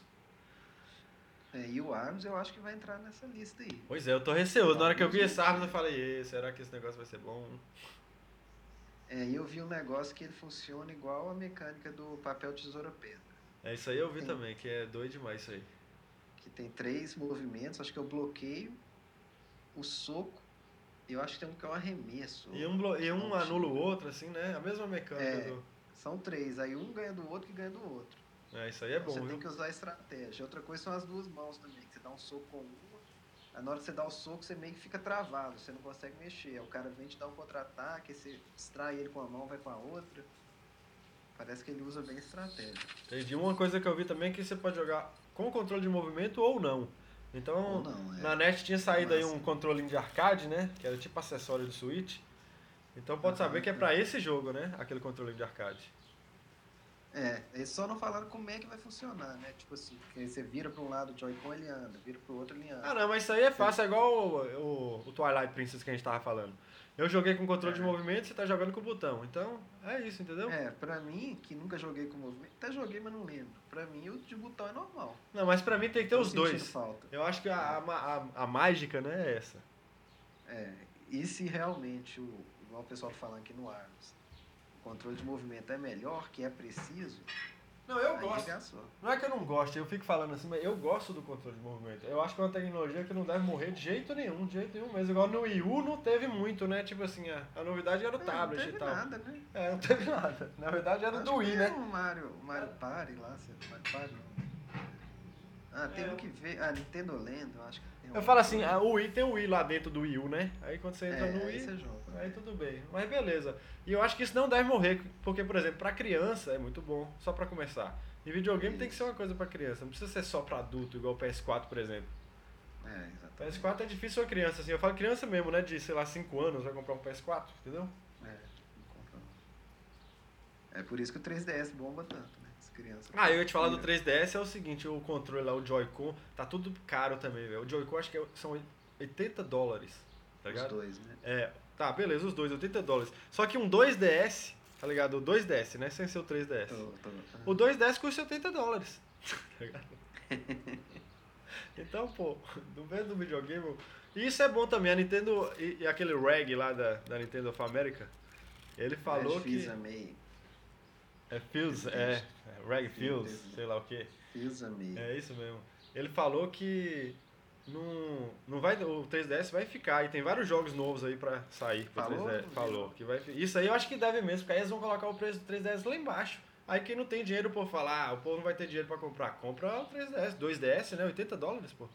[SPEAKER 2] É, e o ARMS eu acho que vai entrar nessa lista aí.
[SPEAKER 1] Pois é, eu tô receoso. Na hora que eu vi
[SPEAKER 2] Splatoon,
[SPEAKER 1] essa
[SPEAKER 2] gente.
[SPEAKER 1] arma, eu falei, "Ê, será que esse negócio vai ser bom?
[SPEAKER 2] É, e eu vi um negócio que ele funciona igual a mecânica do papel tesoura pedra,
[SPEAKER 1] É isso aí eu vi
[SPEAKER 2] Sim.
[SPEAKER 1] também, que é doido demais isso aí.
[SPEAKER 2] que tem três movimentos, acho que é o bloqueio, o soco, e eu acho que tem um que é um arremesso.
[SPEAKER 1] E um, blo- e um
[SPEAKER 2] Ótimo.
[SPEAKER 1] anula o outro, assim, né? A mesma mecânica
[SPEAKER 2] É.
[SPEAKER 1] do.
[SPEAKER 2] São três, aí um ganha do outro que ganha do outro.
[SPEAKER 1] É, isso aí é
[SPEAKER 2] Então você
[SPEAKER 1] bom,
[SPEAKER 2] tem
[SPEAKER 1] viu?
[SPEAKER 2] que usar estratégia. Outra coisa são as duas mãos também, que você dá um soco com uma, aí na hora que você dá o soco, você meio que fica travado, você não consegue mexer. Aí o cara vem te dar um contra-ataque, aí você distrai ele com a mão, vai com a outra. Parece que ele usa bem estratégia.
[SPEAKER 1] Entendi. Uma coisa que eu vi também é que você pode jogar com controle de movimento ou não. Então,
[SPEAKER 2] Ou não, é.
[SPEAKER 1] na net tinha saído aí um
[SPEAKER 2] Massa.
[SPEAKER 1] controlinho de arcade, né? Que era tipo acessório do Switch. Então pode
[SPEAKER 2] Aham,
[SPEAKER 1] saber que é
[SPEAKER 2] é.
[SPEAKER 1] pra esse jogo, né? Aquele controlinho de arcade.
[SPEAKER 2] É, eles só não falaram como é que vai funcionar, né? Tipo assim, porque você vira pra um lado o Joy-Con, ele anda, vira pro outro, ele anda.
[SPEAKER 1] Ah, não, mas isso aí é fácil, é igual o, o- o Twilight Princess que a gente tava falando. Eu joguei com controle de
[SPEAKER 2] É.
[SPEAKER 1] movimento, você tá jogando com o botão. Então, é isso, entendeu?
[SPEAKER 2] É, pra mim, que nunca joguei com movimento, até joguei, mas não lembro. Pra mim, o de botão é normal.
[SPEAKER 1] Não, mas pra mim tem que ter
[SPEAKER 2] Tô
[SPEAKER 1] os
[SPEAKER 2] sentindo
[SPEAKER 1] dois.
[SPEAKER 2] Falta.
[SPEAKER 1] Eu acho que a, a, ma- a- a mágica, né, é essa.
[SPEAKER 2] É, E se realmente, o, igual o pessoal tá falando aqui no Arms, o controle de movimento é melhor, que é preciso,
[SPEAKER 1] Não, eu
[SPEAKER 2] aí arregaçou.
[SPEAKER 1] Não é que eu não gosto, eu fico falando assim, mas eu gosto do controle de movimento. Eu acho que é uma tecnologia que não deve morrer de jeito nenhum, de jeito nenhum mesmo. Igual no Wii U não teve muito, né? Tipo assim, a, a novidade era o
[SPEAKER 2] É,
[SPEAKER 1] tablet
[SPEAKER 2] não teve
[SPEAKER 1] e tal.
[SPEAKER 2] nada, né?
[SPEAKER 1] É, não teve nada. Na verdade era
[SPEAKER 2] Acho
[SPEAKER 1] do
[SPEAKER 2] que é
[SPEAKER 1] Wii,
[SPEAKER 2] tem
[SPEAKER 1] né?
[SPEAKER 2] O Mario, o Mario Party lá, sei lá, Mario Party não. Ah, tem
[SPEAKER 1] É.
[SPEAKER 2] um que ver. Ah, Nintendo Land, eu acho que tem um.
[SPEAKER 1] Eu falo assim, a- o Wii tem o Wii lá dentro do Wii U, né? Aí quando você
[SPEAKER 2] é,
[SPEAKER 1] entra no
[SPEAKER 2] aí
[SPEAKER 1] Wii,
[SPEAKER 2] você joga.
[SPEAKER 1] Aí tudo bem, mas beleza. E eu acho que isso não deve morrer, porque, por exemplo, pra criança é muito bom, só pra começar. E videogame tem que ser uma coisa pra criança, não precisa ser só pra adulto, igual o PS4, por exemplo.
[SPEAKER 2] É, exatamente.
[SPEAKER 1] PS4 é difícil uma criança, assim, eu falo criança mesmo, né, de, sei lá, 5 anos, vai comprar um PS4, entendeu?
[SPEAKER 2] É, não compra não. É por isso que o 3DS bomba tanto, né? As crianças.
[SPEAKER 1] Ah, eu ia te falar do 3DS, é o seguinte, o controle lá, o Joy-Con, tá tudo caro também, velho. O Joy-Con acho que é- são 80 dólares, tá
[SPEAKER 2] Os
[SPEAKER 1] ligado?
[SPEAKER 2] dois, né?
[SPEAKER 1] É, tá, beleza, os dois, 80 dólares. Só que um 2DS, tá ligado? O 2DS, né, sem ser o 3DS.
[SPEAKER 2] Tô, tô- ah.
[SPEAKER 1] O 210 custa 80 dólares. então, pô, do mesmo do videogame. E isso é bom também, a Nintendo e, e aquele reg lá da, da Nintendo of America. Ele falou
[SPEAKER 2] É, Fiz
[SPEAKER 1] que.
[SPEAKER 2] amei.
[SPEAKER 1] É Fields, é, é Reg Fields, sei lá o quê.
[SPEAKER 2] Fios, amigo.
[SPEAKER 1] É isso mesmo. Ele falou que não, não vai, o 3DS vai ficar e tem vários jogos novos aí pra sair pro
[SPEAKER 2] Falou?
[SPEAKER 1] 3DS. Falou que vai, fi- isso aí eu acho que deve mesmo, porque aí eles vão colocar o preço do 3DS lá embaixo. Aí quem não tem dinheiro, o povo fala, ah, o povo não vai ter dinheiro pra comprar. Compra o 3DS, 2DS, né? 80 dólares, pô.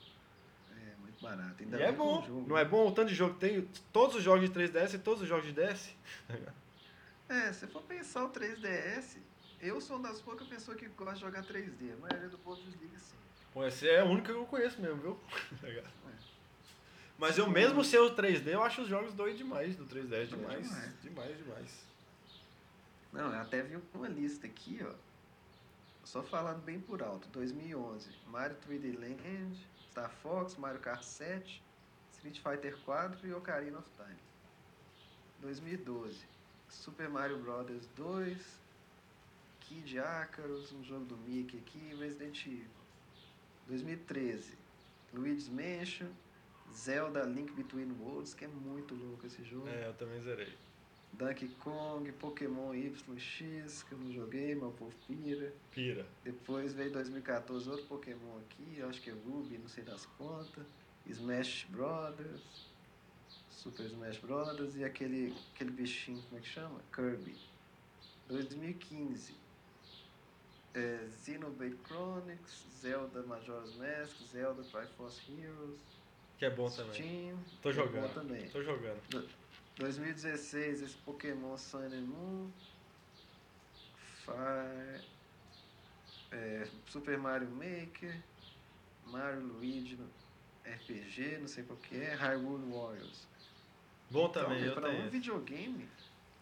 [SPEAKER 2] É muito barato. Ainda
[SPEAKER 1] E é
[SPEAKER 2] bem que o
[SPEAKER 1] bom.
[SPEAKER 2] jogo-
[SPEAKER 1] Não é bom o tanto de jogo que tem? Todos os jogos de 3DS e todos os jogos de DS?
[SPEAKER 2] É, se for pensar o 3DS, eu sou uma das poucas pessoas que gosta de jogar 3D. A maioria do povo desliga assim. sim.
[SPEAKER 1] Pô, esse é o único que eu conheço mesmo, viu? Tá
[SPEAKER 2] É.
[SPEAKER 1] Mas eu mesmo ser o 3D, eu acho os jogos doidos demais, do 3DS demais.
[SPEAKER 2] demais.
[SPEAKER 1] Demais, demais.
[SPEAKER 2] Não, eu até vi uma lista aqui, ó. Só falando bem por alto. 2011, Mario 3D Land, Star Fox, Mario Kart 7, Street Fighter 4 e Ocarina of Time. 2012, Super Mario Bros. 2, Kid Icarus, um jogo do Mickey aqui, Resident Evil. 2013, Luigi's Mansion, Zelda Link Between Worlds, que é muito louco esse jogo.
[SPEAKER 1] É, eu também zerei.
[SPEAKER 2] Donkey Kong, Pokémon YX, que eu não joguei, mas o povo pira.
[SPEAKER 1] Pira.
[SPEAKER 2] Depois veio 2014 outro Pokémon aqui, eu acho que é Ruby, não sei das contas. Smash Brothers, Super Smash Brothers e aquele, aquele bichinho, como é que chama? Kirby. 2015, é, Xenoblade Chronicles, Zelda Majora's Mask, Zelda Triforce Heroes,
[SPEAKER 1] Que é bom também.
[SPEAKER 2] Steam.
[SPEAKER 1] Tô
[SPEAKER 2] é bom
[SPEAKER 1] jogando.
[SPEAKER 2] também.
[SPEAKER 1] Tô jogando.
[SPEAKER 2] 2016, esse Pokémon Sun and Moon. Fire, é, Super Mario Maker. Mario Luigi no RPG, não sei qual que é. Hyrule Warriors.
[SPEAKER 1] Bom também,
[SPEAKER 2] então,
[SPEAKER 1] eu
[SPEAKER 2] pra um
[SPEAKER 1] tenho. esse.
[SPEAKER 2] videogame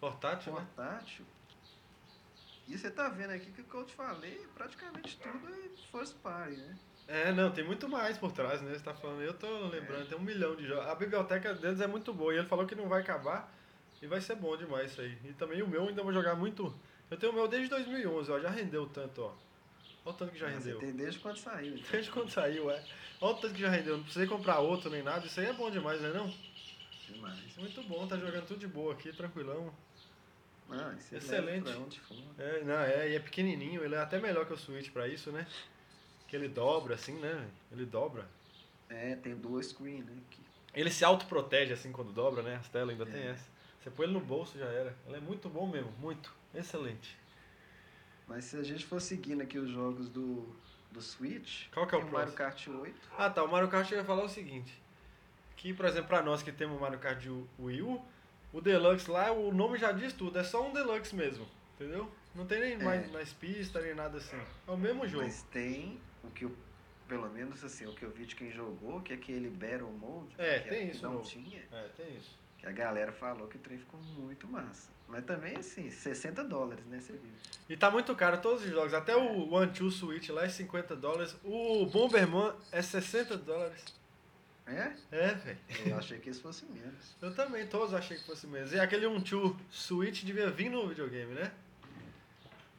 [SPEAKER 1] Portátil, né?
[SPEAKER 2] portátil. E você tá vendo aqui que o que eu te falei, praticamente tudo é first party, né?
[SPEAKER 1] É, não, tem muito mais por trás, né? Você tá falando, eu tô lembrando,
[SPEAKER 2] É.
[SPEAKER 1] tem um milhão de jogos. A biblioteca deles é muito boa e ele falou que não vai acabar e vai ser bom demais isso aí. E também o meu ainda vou jogar muito. Eu tenho o meu desde 2011, ó, já rendeu tanto, ó. Olha o tanto que já
[SPEAKER 2] Mas
[SPEAKER 1] rendeu.
[SPEAKER 2] Você tem desde quando saiu. então.
[SPEAKER 1] Desde quando saiu, é. Olha o tanto que já rendeu, não precisei comprar outro nem nada, isso aí é bom demais, né? Não?
[SPEAKER 2] Demais.
[SPEAKER 1] Isso é muito bom, tá jogando tudo de boa aqui, tranquilão.
[SPEAKER 2] Não, isso
[SPEAKER 1] Excelente.
[SPEAKER 2] É pra onde for.
[SPEAKER 1] É, não, é, e é pequenininho, ele é até melhor que o Switch pra isso, né? Que ele dobra assim, né? velho? Ele dobra.
[SPEAKER 2] É, tem duas screen, né? Que
[SPEAKER 1] Ele se autoprotege assim quando dobra, né? As telas ainda tem essa. Você põe ele no bolso, já era. Ele é muito bom mesmo, muito. Excelente.
[SPEAKER 2] Mas se a gente for seguindo aqui os jogos do, do Switch,
[SPEAKER 1] Qual que é o
[SPEAKER 2] tem Mario
[SPEAKER 1] próximo?
[SPEAKER 2] Kart 8.
[SPEAKER 1] Ah tá, o Mario Kart ia falar o seguinte. Que, por exemplo, pra nós que temos o Mario Kart de Wii U, o Deluxe lá, o nome já diz tudo, é só um Deluxe mesmo, entendeu? Não tem nem mais mais pista, nem nada assim. É o mesmo jogo.
[SPEAKER 2] Mas tem o que eu, pelo menos assim, o que eu vi de quem jogou, que é aquele Battle Mode,
[SPEAKER 1] É,
[SPEAKER 2] que
[SPEAKER 1] tem
[SPEAKER 2] que
[SPEAKER 1] isso
[SPEAKER 2] não
[SPEAKER 1] novo.
[SPEAKER 2] tinha,
[SPEAKER 1] É, tem isso.
[SPEAKER 2] que a galera falou que o trem ficou muito massa. Mas também assim, 60 dólares, né, você viu?
[SPEAKER 1] E tá muito caro todos os jogos, até o One Two Switch lá é 50 dólares, o Bomberman é 60 dólares.
[SPEAKER 2] É?
[SPEAKER 1] É, velho.
[SPEAKER 2] Eu achei que isso fosse menos.
[SPEAKER 1] Eu também, todos achei que fosse menos. E aquele One Two Switch devia vir no videogame, né?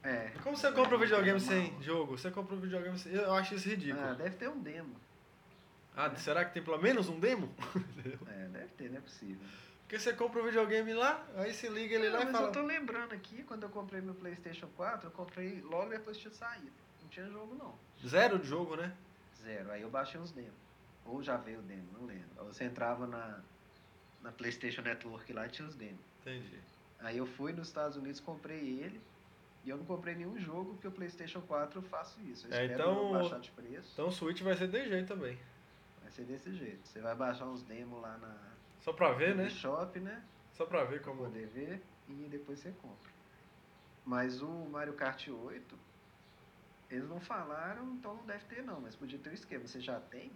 [SPEAKER 2] É.
[SPEAKER 1] Como você compra um videogame
[SPEAKER 2] sem
[SPEAKER 1] sem jogo? Você compra um videogame sem. Eu acho isso ridículo.
[SPEAKER 2] Ah, deve ter um demo.
[SPEAKER 1] Ah, será que tem pelo menos um demo? Entendeu?
[SPEAKER 2] É, deve ter, não é possível.
[SPEAKER 1] Porque você compra o videogame lá, aí se liga ele lá
[SPEAKER 2] Não,
[SPEAKER 1] e
[SPEAKER 2] É, mas
[SPEAKER 1] fala.
[SPEAKER 2] eu tô lembrando aqui, quando eu comprei meu Playstation 4, eu comprei logo depois de sair. Não tinha jogo não.
[SPEAKER 1] Zero de jogo, né?
[SPEAKER 2] Zero. Aí eu baixei uns demos. Ou já veio o demo, não lembro. Aí Você entrava na, na PlayStation Network lá e tinha os demos.
[SPEAKER 1] Entendi.
[SPEAKER 2] Aí eu fui nos Estados Unidos, comprei ele. E eu não comprei nenhum jogo, porque o PlayStation 4 eu faço isso. Eu
[SPEAKER 1] É,
[SPEAKER 2] espero
[SPEAKER 1] então-
[SPEAKER 2] não baixar de preço.
[SPEAKER 1] Então o Switch vai ser de jeito também. então
[SPEAKER 2] Vai ser desse jeito. Você vai baixar uns demos lá na
[SPEAKER 1] Só pra ver, né?
[SPEAKER 2] no shop, né?
[SPEAKER 1] Só pra ver
[SPEAKER 2] Pra
[SPEAKER 1] como. é.
[SPEAKER 2] poder ver. E depois você compra. Mas o Mario Kart 8, eles não falaram, então não deve ter não. Mas podia ter um esquema. Você já tem?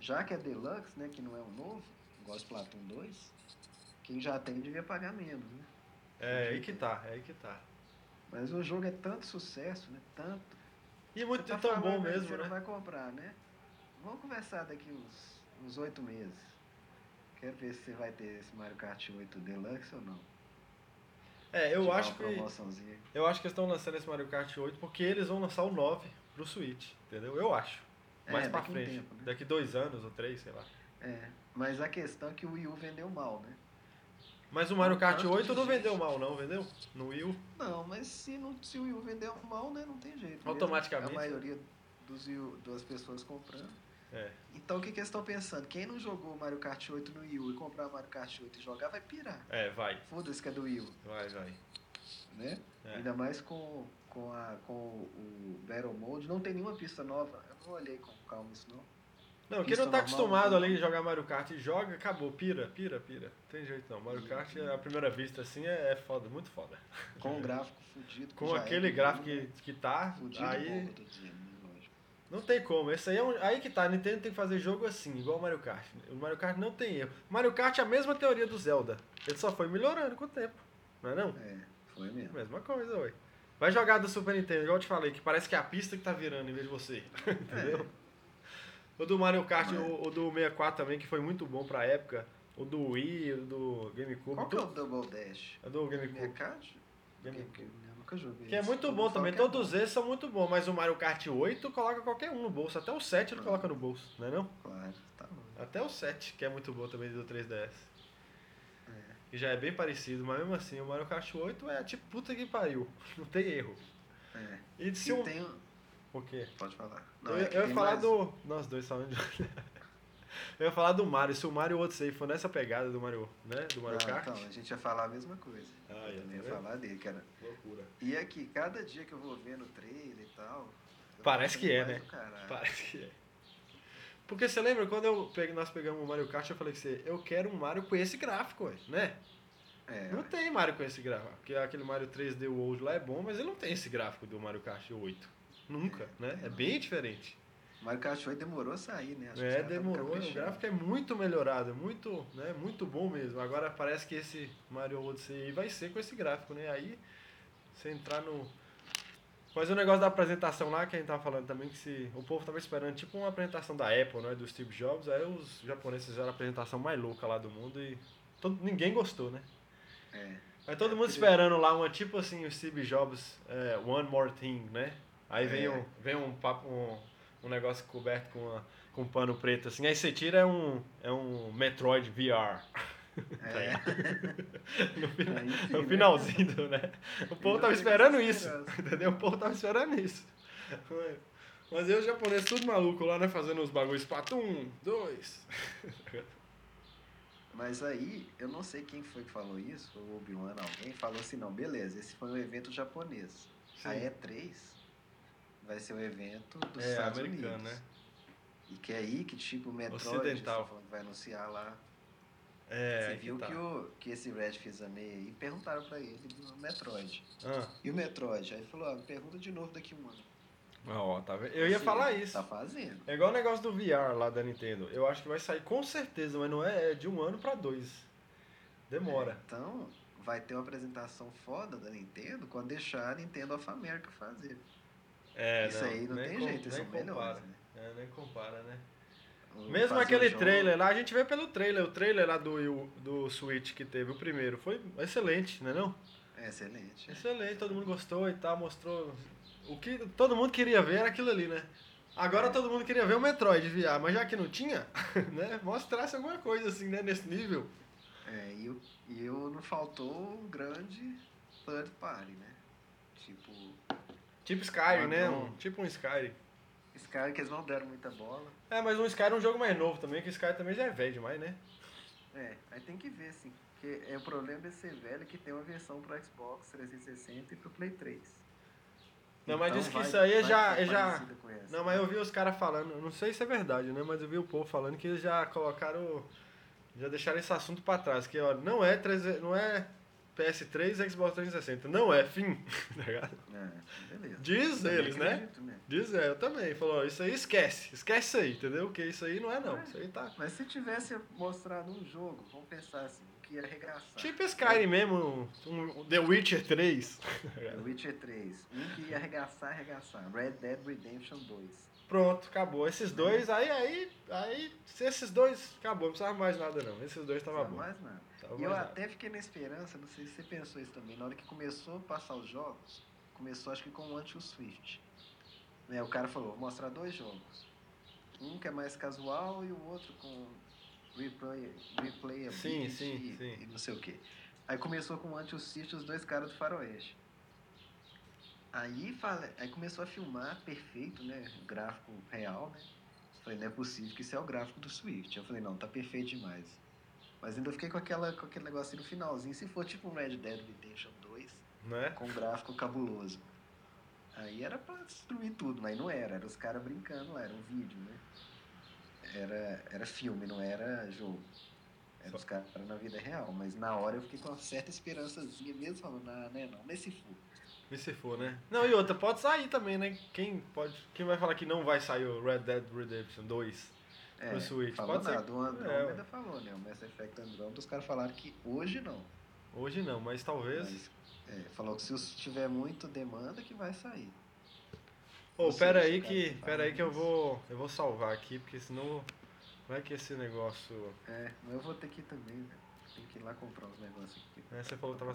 [SPEAKER 2] Já que é Deluxe, né? Que não é o novo, igual Splatoon 2, quem já tem devia pagar menos, né?
[SPEAKER 1] É aí que tá, é aí que tá.
[SPEAKER 2] Mas o jogo é tanto sucesso, né? Tanto.
[SPEAKER 1] E
[SPEAKER 2] Você
[SPEAKER 1] muito
[SPEAKER 2] tá
[SPEAKER 1] tão bom
[SPEAKER 2] falando aí que
[SPEAKER 1] mesmo,
[SPEAKER 2] Você não
[SPEAKER 1] né?
[SPEAKER 2] vai comprar, né? Vamos conversar daqui uns uns oito meses. Quero ver se você vai ter esse Mario Kart 8 Deluxe ou não.
[SPEAKER 1] É, eu
[SPEAKER 2] Tirar
[SPEAKER 1] acho
[SPEAKER 2] uma
[SPEAKER 1] que.
[SPEAKER 2] promoçãozinha.
[SPEAKER 1] Eu acho que eles estão lançando esse Mario Kart 8 porque eles vão lançar o 9 pro Switch, entendeu? Eu acho.
[SPEAKER 2] É,
[SPEAKER 1] Mais pra
[SPEAKER 2] daqui um
[SPEAKER 1] frente.
[SPEAKER 2] tempo, né?
[SPEAKER 1] Daqui dois anos ou três, sei lá.
[SPEAKER 2] É, mas a questão é que o Wii U vendeu mal, né?
[SPEAKER 1] Mas o Mario
[SPEAKER 2] Um
[SPEAKER 1] Kart
[SPEAKER 2] tanto
[SPEAKER 1] 8
[SPEAKER 2] de
[SPEAKER 1] não
[SPEAKER 2] gente.
[SPEAKER 1] vendeu mal, não, vendeu? No Wii.
[SPEAKER 2] Não, mas se, não, se o Wii U vender mal, né, não tem jeito.
[SPEAKER 1] Automaticamente. né?
[SPEAKER 2] A maioria dos Wii U- das pessoas comprando.
[SPEAKER 1] É.
[SPEAKER 2] Então o que, que eles estão pensando? Quem não jogou Mario Kart 8 no Wii U e comprar Mario Kart 8 e jogar, vai pirar.
[SPEAKER 1] É, vai.
[SPEAKER 2] Foda-se que é do Wii U,
[SPEAKER 1] Vai, vai.
[SPEAKER 2] né?
[SPEAKER 1] É.
[SPEAKER 2] Ainda mais com, com, a, com o Battle Mode. Não tem nenhuma pista nova. Eu não olhei com calma isso, não.
[SPEAKER 1] Não, quem
[SPEAKER 2] Pista
[SPEAKER 1] não tá
[SPEAKER 2] normal, né?
[SPEAKER 1] acostumado
[SPEAKER 2] não.
[SPEAKER 1] ali a jogar Mario Kart e joga, acabou, pira, pira, pira. Não tem jeito não. Mario Kart, à primeira vista, assim, é, é foda, muito foda.
[SPEAKER 2] Com o gráfico fudido. que
[SPEAKER 1] É. Com
[SPEAKER 2] já é
[SPEAKER 1] aquele
[SPEAKER 2] do
[SPEAKER 1] gráfico
[SPEAKER 2] Wii U,
[SPEAKER 1] que, que tá,
[SPEAKER 2] Fudido bom,
[SPEAKER 1] aí
[SPEAKER 2] eu tô dizendo, né, lógico.
[SPEAKER 1] não tem como. Esse aí é um, aí que tá, a Nintendo tem que fazer jogo assim, igual o Mario Kart. O Mario Kart não tem erro. Mario Kart é a mesma teoria do Zelda. Ele só foi melhorando com o tempo. Não é não?
[SPEAKER 2] É, foi mesmo.
[SPEAKER 1] Mesma coisa, ué. Vai jogar do Super Nintendo, igual eu te falei, que parece que é a pista que tá virando em vez de você. Entendeu? O do Mario Kart,
[SPEAKER 2] É.
[SPEAKER 1] o, o do 64 também, que foi muito bom pra época. O do Wii, o do GameCube.
[SPEAKER 2] Qual que
[SPEAKER 1] tu-
[SPEAKER 2] é o Double Dash?
[SPEAKER 1] o do
[SPEAKER 2] Minha
[SPEAKER 1] GameCube.
[SPEAKER 2] caixa?
[SPEAKER 1] GameCube.
[SPEAKER 2] Eu nunca joguei.
[SPEAKER 1] Que é
[SPEAKER 2] isso.
[SPEAKER 1] muito
[SPEAKER 2] Todo
[SPEAKER 1] bom
[SPEAKER 2] mundo fala
[SPEAKER 1] também.
[SPEAKER 2] que é
[SPEAKER 1] Todos esses são muito bons, mas o Mario Kart 8 coloca qualquer um no bolso. Até o 7 ele
[SPEAKER 2] Ah.
[SPEAKER 1] coloca no bolso, não é não?
[SPEAKER 2] bom, Claro, tá bom.
[SPEAKER 1] Até o 7, que é muito bom também do 3DS. Que já é bem parecido, mas mesmo assim, o Mario Kart 8 é tipo puta que pariu. Não tem erro.
[SPEAKER 2] É.
[SPEAKER 1] E
[SPEAKER 2] Se
[SPEAKER 1] se um.
[SPEAKER 2] tem um-
[SPEAKER 1] O quê?
[SPEAKER 2] Pode falar.
[SPEAKER 1] eu,
[SPEAKER 2] é que
[SPEAKER 1] eu ia
[SPEAKER 2] tem
[SPEAKER 1] falar
[SPEAKER 2] mais-
[SPEAKER 1] do. Nós dois falando de. eu ia falar do Mario. Se o Mario Odyssey for nessa pegada do Mario, né? Do Mario
[SPEAKER 2] Não,
[SPEAKER 1] Kart.
[SPEAKER 2] Então, a gente ia falar a mesma coisa.
[SPEAKER 1] Ah,
[SPEAKER 2] eu
[SPEAKER 1] ia,
[SPEAKER 2] também
[SPEAKER 1] tá
[SPEAKER 2] ia
[SPEAKER 1] vendo?
[SPEAKER 2] falar dele, cara.
[SPEAKER 1] Loucura.
[SPEAKER 2] E é que cada dia que eu vou vendo o trailer e tal. eu
[SPEAKER 1] Parece
[SPEAKER 2] tô
[SPEAKER 1] que é,
[SPEAKER 2] mais
[SPEAKER 1] né?
[SPEAKER 2] do caralho.
[SPEAKER 1] Parece que é. Porque você lembra quando eu peguei- nós pegamos o Mario Kart, eu falei que você, eu quero um Mario com esse gráfico, ué, né?
[SPEAKER 2] É,
[SPEAKER 1] Não tem Mario com esse gráfico. Porque aquele Mario 3D World lá é bom, mas ele não tem esse gráfico do Mario Kart 8. Nunca, né? É bem diferente.
[SPEAKER 2] Mario Kart 8 demorou a sair, né? Acho que os
[SPEAKER 1] É,
[SPEAKER 2] caras tavam
[SPEAKER 1] demorou. O
[SPEAKER 2] caprichando.
[SPEAKER 1] gráfico é muito melhorado, é muito, né, muito bom mesmo. Agora parece que esse Mario Odyssey aí vai ser com esse gráfico, né? Aí você entrar no. Mas o negócio da apresentação lá, que a gente tava falando também, que se, o povo tava esperando tipo uma apresentação da Apple, né? Do Steve Jobs, aí os japoneses fizeram a apresentação mais louca lá do mundo e todo, ninguém gostou, né?
[SPEAKER 2] É.
[SPEAKER 1] Mas todo
[SPEAKER 2] É,
[SPEAKER 1] mundo
[SPEAKER 2] porque-
[SPEAKER 1] esperando lá uma tipo assim, o Steve Jobs, é, One More Thing, né? Aí vem,
[SPEAKER 2] É.
[SPEAKER 1] um, vem um, papo, um, um negócio coberto com, uma- com um pano preto, assim. Aí você tira é um, é um Metroid VR. tá
[SPEAKER 2] É.
[SPEAKER 1] No, final-
[SPEAKER 2] Aí
[SPEAKER 1] no É
[SPEAKER 2] sim, né,
[SPEAKER 1] finalzinho, né? O povo
[SPEAKER 2] Ainda
[SPEAKER 1] tava
[SPEAKER 2] tem
[SPEAKER 1] esperando
[SPEAKER 2] essa
[SPEAKER 1] isso,
[SPEAKER 2] esperança.
[SPEAKER 1] entendeu? O povo tava esperando isso. Mas eu, japonês, tudo maluco lá, né? Fazendo uns bagulhos. Pato, um, dois.
[SPEAKER 2] Mas aí, eu não sei quem foi que falou isso, foi o Obi-Wan, alguém, falou assim, não, beleza, esse foi um evento japonês. A
[SPEAKER 1] Sim.
[SPEAKER 2] E3 vai ser um evento dos
[SPEAKER 1] É,
[SPEAKER 2] Estados
[SPEAKER 1] americano,
[SPEAKER 2] Unidos.
[SPEAKER 1] né?
[SPEAKER 2] E que é aí que tipo o Metroid
[SPEAKER 1] Ocidental.
[SPEAKER 2] você falou que vai anunciar lá.
[SPEAKER 1] É,
[SPEAKER 2] Você
[SPEAKER 1] aí
[SPEAKER 2] viu
[SPEAKER 1] tá.
[SPEAKER 2] que, o, que esse Red Fizanei aí perguntaram pra ele do Metroid.
[SPEAKER 1] Ah.
[SPEAKER 2] E o Metroid? Aí ele falou, ó, pergunta de novo daqui a um ano.
[SPEAKER 1] Ó, tá vendo? Eu ia
[SPEAKER 2] Você
[SPEAKER 1] falar isso.
[SPEAKER 2] Tá fazendo.
[SPEAKER 1] É igual o negócio do VR lá da Nintendo. Eu acho que vai sair com certeza, mas não é, é de um ano pra dois. Demora.
[SPEAKER 2] Então, vai ter uma apresentação foda da Nintendo quando deixar a Nintendo of America fazer.
[SPEAKER 1] É,
[SPEAKER 2] Isso aí não
[SPEAKER 1] nem
[SPEAKER 2] tem
[SPEAKER 1] com-
[SPEAKER 2] jeito, eles
[SPEAKER 1] nem
[SPEAKER 2] são melhores,
[SPEAKER 1] compara.
[SPEAKER 2] né?
[SPEAKER 1] É, nem compara, né?
[SPEAKER 2] O-
[SPEAKER 1] Mesmo
[SPEAKER 2] fazer
[SPEAKER 1] aquele
[SPEAKER 2] o jogo-
[SPEAKER 1] trailer lá, a gente vê pelo trailer. O trailer lá do, Wii U- do Switch que teve, o primeiro, foi excelente, né não?
[SPEAKER 2] É excelente.
[SPEAKER 1] Excelente, todo mundo gostou e tal, mostrou... O que todo mundo queria ver era aquilo ali, né?
[SPEAKER 2] É.
[SPEAKER 1] Agora todo mundo queria ver o Metroid VR, mas já que não tinha, né? Mostrasse alguma coisa assim, né? Nesse nível.
[SPEAKER 2] É, e, o- e eu não faltou um grande third party, né? Tipo,
[SPEAKER 1] Tipo Skyrim,
[SPEAKER 2] Mas
[SPEAKER 1] né?
[SPEAKER 2] não-
[SPEAKER 1] Um- tipo um Skyrim.
[SPEAKER 2] esse cara que eles não deram muita bola.
[SPEAKER 1] É, mas o Skyrim é um jogo mais novo também, que o Skyrim também já é velho demais, né?
[SPEAKER 2] É, aí tem que ver, assim. Porque é o problema de ser velho é que tem uma versão pro Xbox 360 e pro Play 3.
[SPEAKER 1] Não, mas
[SPEAKER 2] Então
[SPEAKER 1] diz que
[SPEAKER 2] vai-
[SPEAKER 1] isso aí é
[SPEAKER 2] vai
[SPEAKER 1] já-
[SPEAKER 2] ser
[SPEAKER 1] é já-
[SPEAKER 2] parecida com essa.
[SPEAKER 1] Não, mas eu vi os caras falando, não sei se é verdade, né? Mas eu vi o povo falando que eles já colocaram. Já deixaram esse assunto pra trás, que ó, não é, 300 não é PS3 Xbox 360, não é, fim. tá ligado?
[SPEAKER 2] É, beleza.
[SPEAKER 1] Diz
[SPEAKER 2] Também
[SPEAKER 1] eles, né?
[SPEAKER 2] acredito,
[SPEAKER 1] Diz, é, eu também. Falou, ó, isso aí esquece, esquece isso aí, entendeu? Porque isso aí não é não,
[SPEAKER 2] É.
[SPEAKER 1] isso aí tá.
[SPEAKER 2] Mas se tivesse mostrado um jogo, vamos pensar assim, o que ia arregaçar?
[SPEAKER 1] Tipo Skyrim mesmo, um, um The Witcher 3.
[SPEAKER 2] The É, Witcher 3. Um que ia arregaçar, arregaçar. Red Dead Redemption 2.
[SPEAKER 1] Pronto, acabou. Esses dois, aí, aí, aí, se esses dois, acabou, não precisava mais nada não. Esses dois tava
[SPEAKER 2] Não
[SPEAKER 1] Tá bom.
[SPEAKER 2] mais nada.
[SPEAKER 1] Tava
[SPEAKER 2] E
[SPEAKER 1] mais
[SPEAKER 2] eu
[SPEAKER 1] nada.
[SPEAKER 2] até fiquei na esperança, não sei se você pensou isso também, na hora que começou a passar os jogos, começou acho que com o Anti Swift. Né, o cara falou, vou mostrar dois jogos. Um que é mais casual e o outro com replay, replayability
[SPEAKER 1] Sim, sim,
[SPEAKER 2] e-
[SPEAKER 1] sim.
[SPEAKER 2] e não sei o que. Aí começou com o Anti-Hostil os dois caras do Faroeste. Aí, fala, aí começou a filmar perfeito, né? O gráfico real, né? Falei, não é possível que isso é o gráfico do Swift. Eu falei, não, tá perfeito demais. Mas ainda fiquei com, aquela, com aquele negocinho no finalzinho. Se for tipo um Red Dead Redemption 2,
[SPEAKER 1] Né?
[SPEAKER 2] com um gráfico cabuloso. Aí era pra destruir tudo, mas não era. Era os caras brincando lá, era um vídeo, né? Era, era filme, não era jogo. Era
[SPEAKER 1] Só-
[SPEAKER 2] os caras na vida real. Mas na hora eu fiquei com uma certa esperançazinha mesmo, falando, ah, né, não, mas se for.
[SPEAKER 1] E se for, né? Não, e outra, pode sair também, né? Quem, pode, quem vai falar que não vai sair o Red Dead Redemption 2?
[SPEAKER 2] É,
[SPEAKER 1] Pro Switch,
[SPEAKER 2] falou
[SPEAKER 1] pode ser-
[SPEAKER 2] nada. O Andrômeda
[SPEAKER 1] é.
[SPEAKER 2] falou, né? O Mass Effect Andrômeda, os caras falaram que hoje não.
[SPEAKER 1] Hoje não, mas talvez.
[SPEAKER 2] Mas, é, falou que se os- tiver muito demanda que vai sair.
[SPEAKER 1] Ô,
[SPEAKER 2] Ou
[SPEAKER 1] pera
[SPEAKER 2] seja,
[SPEAKER 1] aí
[SPEAKER 2] os
[SPEAKER 1] que.
[SPEAKER 2] caras falam
[SPEAKER 1] Pera aí que eu
[SPEAKER 2] isso.
[SPEAKER 1] vou. Eu vou salvar aqui, porque senão. Vai que esse negócio.
[SPEAKER 2] né? É, mas eu vou ter que ir também, velho. Tem que ir lá comprar uns negócios aqui.
[SPEAKER 1] Né? Você falou que tava